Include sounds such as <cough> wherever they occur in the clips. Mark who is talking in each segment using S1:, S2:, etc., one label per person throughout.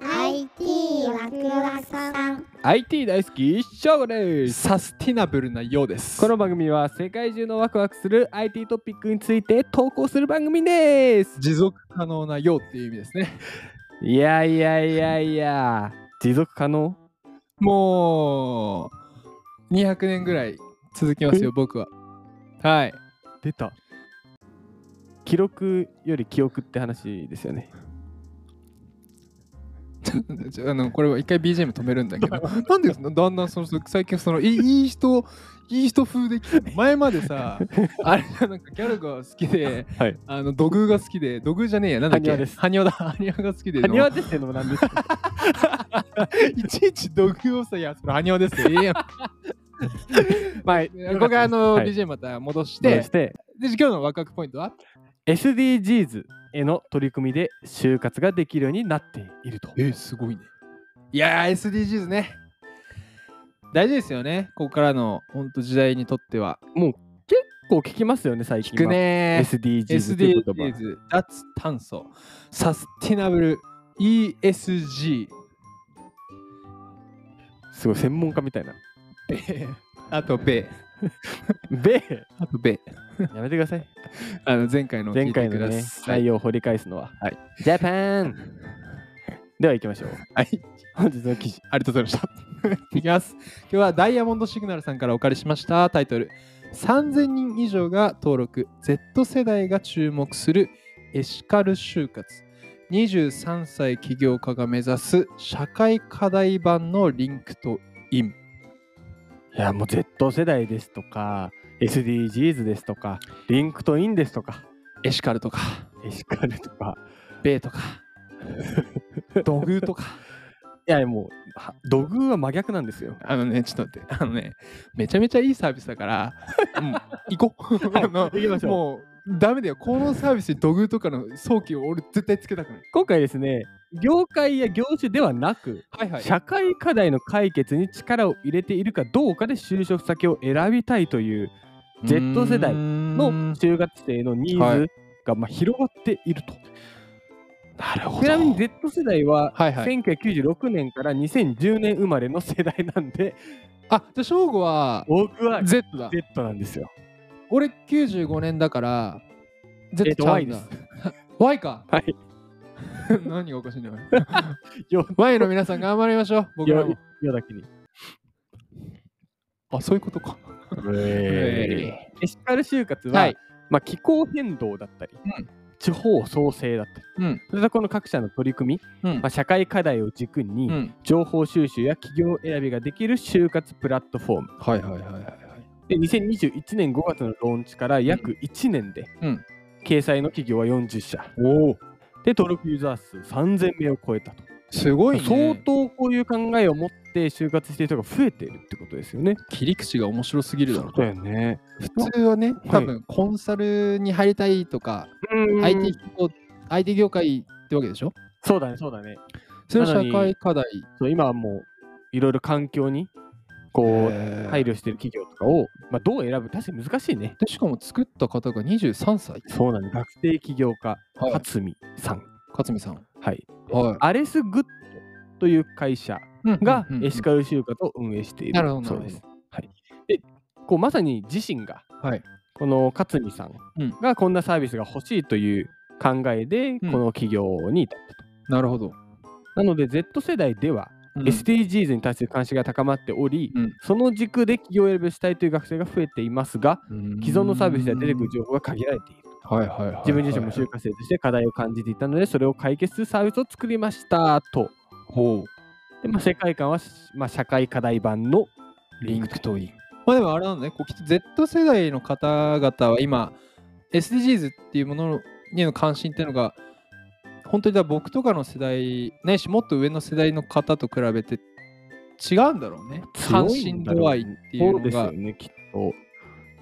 S1: IT ワクワクさん
S2: IT 大好き翔吾です
S3: サスティナブルなようです
S2: この番組は世界中のワクワクする IT トピックについて投稿する番組です
S3: 持続可能なようっていう意味ですね
S2: いやいやいやいや持続可能
S3: もう200年ぐらい続きますよ僕ははい <laughs>
S2: 出た記録より記憶って話ですよね
S3: ちょあのこれは一回 BGM 止めるんだけど <laughs> なんでだんだんその最近そのい <laughs> いいい人いい人風で来てる前まで <laughs> さあれなんかギャルが好きで、
S2: <laughs> はい
S3: あの土偶が好きで土偶じゃねえやなんだっけ
S2: 埴輪です
S3: 埴輪だ埴輪が好きで
S2: 埴輪ですってのもなんですけど
S3: いちいち土偶をさ、いや、それ埴輪ですよ。いいやん
S2: <laughs> ま <laughs> あ
S3: ここはあの、
S2: はい
S3: BGM また戻し
S2: で
S3: て
S2: し、て
S3: で、今日のワクワクポイントは
S2: SDGs への取り組みで就活ができるようになっていると
S3: え、すごいね。いやー、SDGs ね。大事ですよね。ここからの、ほんと時代にとっては。
S2: 結構聞きますよね最近
S3: 聞く
S2: まあ
S3: ね
S2: SDGs という言葉
S3: SDGs、脱炭素、サスティナブル、ESG。
S2: すごい専門家みたい <laughs> な
S3: ベ <laughs> あと、ベ
S2: で <laughs>
S3: あと、ベ
S2: やめてください
S3: あの、前回の聞
S2: 前
S3: いて
S2: 回
S3: く
S2: の
S3: だ
S2: ね
S3: さい。
S2: 内容を掘り返すのは、
S3: はい、
S2: ジャパ <laughs> ンでは行きましょう
S3: はい。
S2: 本日の記事
S3: ありがとうございました。いきます。今日はダイヤモンドシグナルさんからお借りしましたタイトル。3000人以上が登録、Z 世代が注目するエシカル就活。23歳起業家が目指す社会課題版のリンクとイン。
S2: いやもう Z 世代ですとか SDGs ですとかリンクトインですとか
S3: エシカルとか、
S2: エシカルとか
S3: ベイ <laughs> とか、土偶とか。
S2: いやもうは土偶は真逆なんですよ
S3: あのね、ちょっと待って、あのね、めちゃめちゃいいサービスだ
S2: <laughs>
S3: から、うん行こう。あの
S2: 行きましょう
S3: もう、ダメだよ。このサービスに土偶とかの早期を俺絶対つけたくない。
S2: 今回ですね業界や業種ではなく、
S3: はいは
S2: 社会課題の解決に力を入れているかどうかで就職先を選びたいという Z 世代の
S3: の
S2: 就活生のニ
S3: は
S2: ー
S3: い
S2: ズがまあ広がっていると、
S3: なるほど。
S2: ちなみに Z 世代は
S3: はいはい。
S2: 1996年から2010年生まれの世代なんで
S3: あ、じゃあ、翔吾は
S2: 僕は
S3: Z だ。
S2: Z なんですよ
S3: 俺95年だから、
S2: え
S3: Z
S2: っと
S3: ちゃうん
S2: Y
S3: だ
S2: で。
S3: <laughs> Y か。
S2: はい
S3: <laughs> 何がおかしいんだよ。
S2: <laughs> よ
S3: Y の皆さん頑張りましょう。僕らも
S2: よ。よだけに、
S3: あ、そういうことか。
S2: <laughs> エシカル就活は、
S3: はい。
S2: まあ、気候変動だったり、
S3: うん
S2: 地方創生だったり
S3: うん。
S2: それとこの各社の取り組み、
S3: うん
S2: まあ、。社会課題を軸に、
S3: うん。
S2: 情報収集や企業選びができる就活プラットフォーム
S3: はいはいはいはいはい。
S2: で2021年5月のローンチから約1年で、
S3: うん
S2: 掲載の企業は40社
S3: おお。
S2: で登録ユーザー数3000名を超えたと、
S3: すごいね。
S2: 相当こういう考えを持って就活している人が増えているってことですよね。
S3: 切り口が面白すぎるだろう。
S2: よね。
S3: 普通はね、多
S2: は
S3: 分コンサルに入りたいとか、IT, 企業 IT 業界ってわけでしょ
S2: そうだねそうだね。
S3: それは
S2: なの
S3: 社
S2: に
S3: 会課題。
S2: そう今はもういろいろ環境にこう
S3: へー
S2: 配慮している企業とかを、まあ、どう選ぶ確かに難しいね。
S3: でしかも作った方が23歳。
S2: そうなんです。学生起業家、
S3: はい
S2: 勝見さん。
S3: 勝美さん。
S2: はい。
S3: は
S2: アレスグッドという会社
S3: い
S2: がエシ
S3: か
S2: カル就活を運営している。
S3: なるほど
S2: そうです。はい。で、こうまさに自身が、
S3: はい
S2: この勝見さん
S3: うん
S2: がこんなサービスが欲しいという考えで、
S3: うん
S2: この企業に至ったと。
S3: なるほど。
S2: なので、Z 世代では、
S3: うん
S2: SDGs に対する関心が高まっており、
S3: うん
S2: その軸で企業選びをしたいという学生が増えていますが、既存のサービスでは出てくる
S3: う
S2: 情報が限られている。
S3: ーんはいはいはいはい。
S2: 自分自身も就活生として課題を感じていたので、それを解決するサービスを作りましたと。
S3: ほ
S2: でまあ、世界観は、まあ、社会課題版の
S3: う。リンクトイン。まあでもあれなのね、こうきっと Z 世代の方々は今、SDGs っていうものへの関心っていうのが、本当にだから僕とかの世代、ないしもっと上の世代の方と比べて違うんだろうね。
S2: 強
S3: 関
S2: い
S3: 心
S2: んだ
S3: 度
S2: ろう
S3: 合い
S2: ね
S3: っていう
S2: そうで
S3: の
S2: す
S3: が
S2: よ。ね、きっと。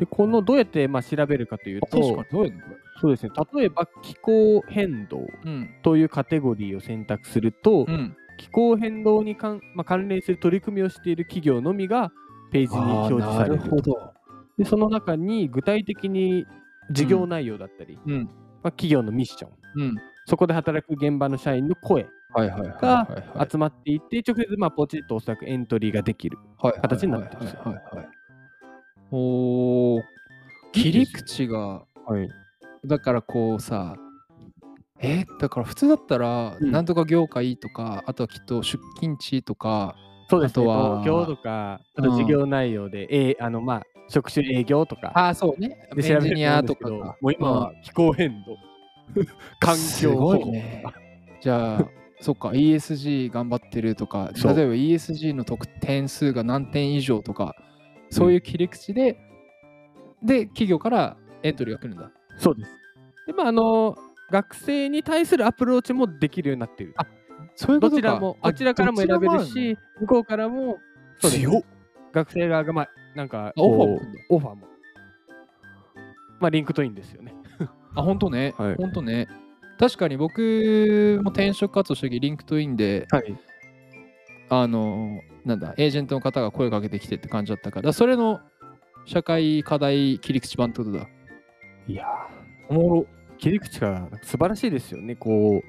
S2: で、このどうやってまあ調べるかという
S3: あ確
S2: と
S3: か、にどういうの
S2: そうですね、例えば気候変動
S3: うん。
S2: というカテゴリーを選択すると、
S3: うん。
S2: 気候変動に関まあ、関連する取り組みをしている企業のみがページに表示される
S3: ど。
S2: でその中に具体的に事業内容だったり、
S3: うん。
S2: まあ、企業のミッション
S3: うん。
S2: そこで働く現場の社員の声
S3: はいはいはいはい
S2: が
S3: はい
S2: 集まっていって、直接まあポチッとおそらくエントリーができる。
S3: はいはい
S2: 形になってます
S3: はいはいはいはいおー切り口が
S2: はい、
S3: だからこうさえだから普通だったら、
S2: うん
S3: なんとか業界とかあとはきっと出勤地とか
S2: そうですね、
S3: あとは
S2: 東京とか、あと
S3: うん
S2: 事業内容で、えーあのまあ職種営業とか、
S3: ああそうねエ
S2: で調
S3: ン
S2: べ
S3: ジ
S2: る
S3: ニ
S2: と思う
S3: ア
S2: んで
S3: と
S2: すけ
S3: か
S2: ど
S3: か
S2: もう今は気候変 <laughs> 動、環
S3: す
S2: 境
S3: ご
S2: 保
S3: い
S2: 護、
S3: ねじゃ
S2: <laughs>
S3: あそっか ESG 頑張ってるとか例
S2: そう
S3: えば ESG の得点数が何点以上とかそういう切り口で、で企業からエントリーが来るんだ
S2: そうです。でまああの学生に対するアプローチもできるようになっている。
S3: そういうこ
S2: ど
S3: とか
S2: ちらも、
S3: あ
S2: どちらからも選べる
S3: どち
S2: し、向こうからも、そうです
S3: らもあるの強っ
S2: 学生側が、まあ、なんか
S3: オファーも
S2: こ
S3: 来るんだ
S2: うオファーも。まあ、リンクトインですよね。
S3: あ、本当ね。
S2: はい
S3: 本当ね。確かに僕も転職活動した時、リンクトインで、
S2: はい。
S3: あの、なんだ、エージェントの方が声かけてきてって感じだったから、だからそれの社会課題切り口版ってことだ。
S2: いや
S3: おもろ。
S2: 切り口が素晴らしいですよね。こ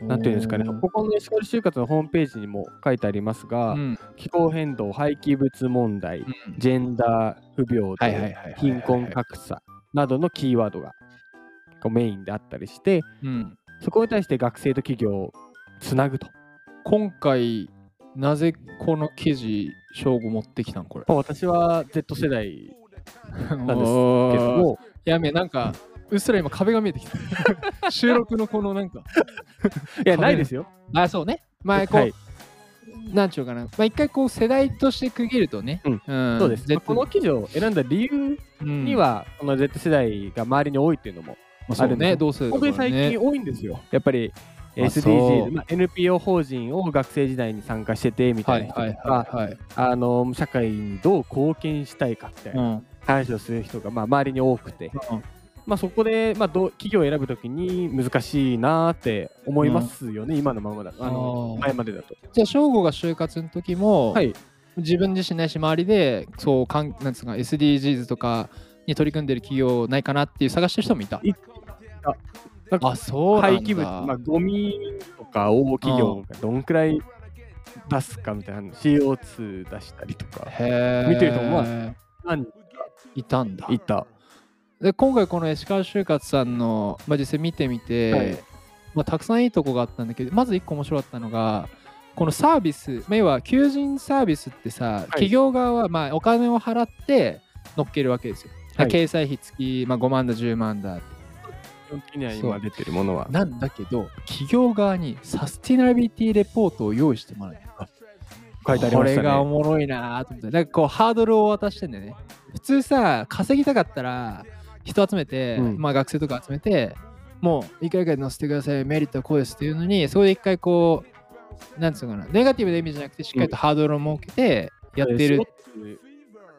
S2: う、なんていうんですかね、ここのエシカル就活のホームページにも書いてありますが、
S3: うん。うん
S2: 気候変動、廃棄物問題、ジェンダー不平等、
S3: はいはいはいはいはい
S2: 貧困格差などのキーワードがこうメインであったりして、
S3: うん。
S2: そこに対して学生と企業をつなぐと。
S3: 今回、なぜこの記事、正午持ってきたんこれ。
S2: まあ私は Z 世代けなんですけど
S3: おー
S2: ど、
S3: やめ、なんか、うっすら今壁が見えてき <laughs> た。収録のこのなんか。
S2: いや、ないですよ。
S3: あ、そうね。前、こう、
S2: はい、
S3: なんちゅうかな、まあ、一回こう世代として区切るとね、
S2: うん
S3: ん
S2: そうです。まあ
S3: Z
S2: この記事を選んだ理由
S3: うん
S2: には、この Z 世代が周りに多いっていうのも、
S3: まあそう
S2: あるんです
S3: ね、
S2: よ
S3: 同世代だか
S2: 本当
S3: ら
S2: に最
S3: ね
S2: 近多いんですよ。やっぱり
S3: まあそ
S2: SDGs、
S3: う
S2: まあ NPO 法人を学生時代に参加しててみた
S3: はいい
S2: な人
S3: はい
S2: とか、
S3: はいはい。
S2: あの社会にどう貢献したいかみたいな
S3: うん
S2: 話をする人が、まあ、周りに多くて、まあ、そこで、まあ、どう企業を選ぶときに難しいなーって思いますよね、今のままだと。あの
S3: あー
S2: 前までだと。
S3: じゃあ、省吾が就活の時も、
S2: はい、
S3: 自分自身ないし、周りで、そう、かんなんつうか、SDGs とかに取り組んでる企業ないかなっていう探してる人もいた。
S2: いあなんか
S3: あ、そうなんだ。
S2: 廃棄物、まあ、ゴミとかを企業がどんくらい出すかみたいな CO2 出したりとか
S3: へー
S2: 見てると思わな
S3: いたんだ。
S2: いた。
S3: で今回このエシカル就活さんの、まあ、実際見てみて、
S2: はい
S3: まあ、たくさんいいとこがあったんだけどまず一個面白かったのがこのサービス、まあ、要は求人サービスってさ、企業側はまあお金を払って乗っけるわけですよ。
S2: はい
S3: 掲載費付き、まあ、5万だ10万だ
S2: 基本的には
S3: そ
S2: 今
S3: う
S2: 出てるものは。
S3: なんだけど企業側にサスティナビリティレポートを用意してもらう
S2: 書いてあり
S3: こ
S2: ま
S3: れ
S2: した
S3: がお
S2: ね。
S3: もろいなと思ってなんかこうハードルを渡してんだよね普通さ稼ぎたかったら人集めて、
S2: うん
S3: まあ学生とか集めてもういくらいくら載せてくださいメリットはこうですっていうのにそこで一回こうなんつうのかなネガティブな意味じゃなくてしっかりとハードルを設けてやってる、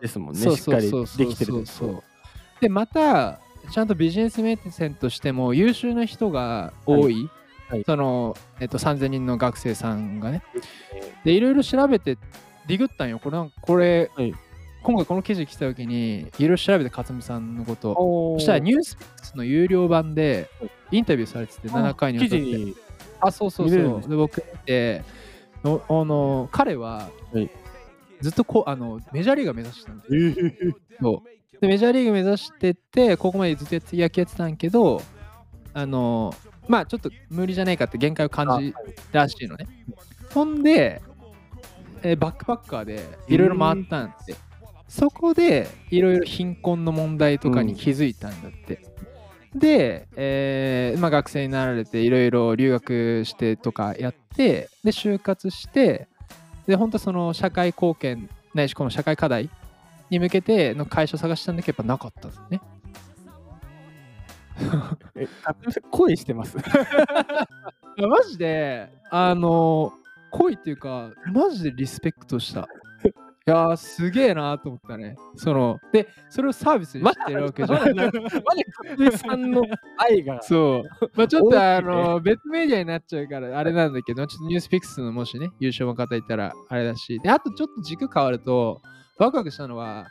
S2: ですもんね。
S3: そう
S2: しっ
S3: そ
S2: か
S3: う
S2: り
S3: そうそ
S2: で
S3: う
S2: きてる
S3: そうそうでまたちゃんとビジネス目線としても優秀な人が多い、
S2: はい
S3: その、えっと、3000人の学生さんがねでいろいろ調べてディグったんよこれなんかこれ、
S2: はい
S3: 今回この記事来た時にいろいろ調べて勝美さんのことを
S2: お
S3: そしたらニュースピックスの有料版でインタビューされてて7回にわ
S2: 記
S3: たっ
S2: 事
S3: て
S2: に
S3: あそうそう
S2: 見
S3: そ
S2: れるんで
S3: う
S2: す
S3: で僕見てのあの彼は、
S2: はい
S3: ずっとこうあのメジャーリーガー目指してたんですそうでメジャーリーグ目指しててここまでずっとやって野球やってたんけどあのまあちょっと無理じゃないかって限界を感じらしいのねほんで、えーバックパッカーでいろいろ回ったんでそこでいろいろ貧困の問題とかに気づいたんだって、で、えーまあ、学生になられていろいろ留学してとかやってで就活してで本当その社会貢献ないしこの社会課題に向けての会社を探したんだけどやっぱなかったんですね。
S2: え勝手に声してます。
S3: いやマジであの恋っていうかマジでリスペクトしたいやーすげえなーと思ったねそのでそれをサービスにしてるわけじゃん、
S2: まだ勝手さんの愛が。
S3: そう、まあ、ちょっ
S2: 大きい
S3: と
S2: ね
S3: あの別メディアになっちゃうからあれなんだけどちょっとニュースピックスのもしね優勝の方いたらあれだしであとちょっと軸変わるとワクワクしたのは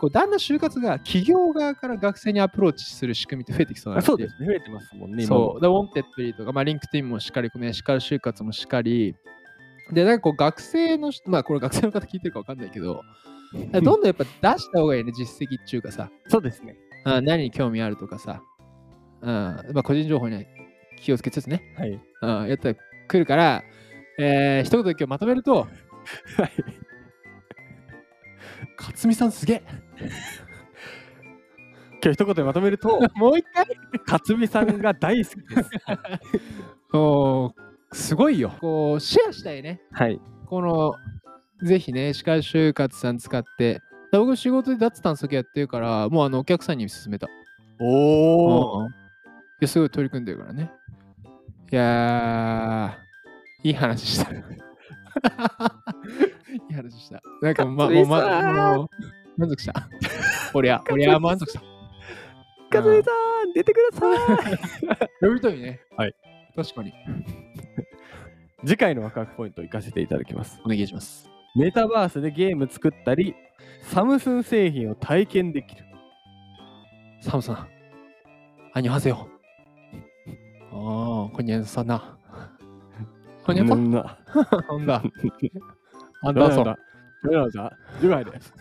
S3: こうだんだん就活が企業側から学生にアプローチする仕組みって増えてきそうなん
S2: <laughs> あそうですね、増えてますもんね、今も
S3: そう。で、ウォンテッドリーとか、まあ、リンクティンもしっかり、このエシカル就活もしっかり。で、なんかこう、学生の人、まあ、これ学生の方聞いてるか分かんないけ
S2: <laughs>
S3: ど、どんどんやっぱ出した方がいいね、実績っていうかさ、
S2: そうですね。
S3: うん何に興味あるとかさ、うんまあ、個人情報には気をつけつつね、
S2: はい。
S3: うんやったら来るから、えー、一言今日まとめると、
S2: はい
S3: 勝美さんすげえ
S2: 今日一言でまとめる <laughs> と、
S3: もう一回
S2: 勝美さんが大好きです。
S3: おすごいよ。こう、シェアしたいね。
S2: はい。
S3: この、ぜひね、歯科就活さん使って、だ僕仕事で脱炭素系やってるから、もうあのお客さんに勧めた。
S2: おお。
S3: うんいや、すごい取り組んでるからね。いやー、いい話した。い <laughs> い話した。なんか、ま、もう、ま、もう満足した。俺は、俺は満足した。
S2: 勝美さん、出てください。
S3: 呼びたいね。
S2: はい。
S3: 確かに。
S2: 次回のワクワクポイント行かせていただきます。
S3: お願いします。
S2: メタバースでゲーム作ったり、サムスン製品を体験できる。
S3: サムさん、あにょはせよ。ああ、こんにゃんさんな。こんにゃんさん
S2: んな。
S3: なんだ。ア
S2: あ
S3: ンダーソン。
S2: メラじゃ、次回です。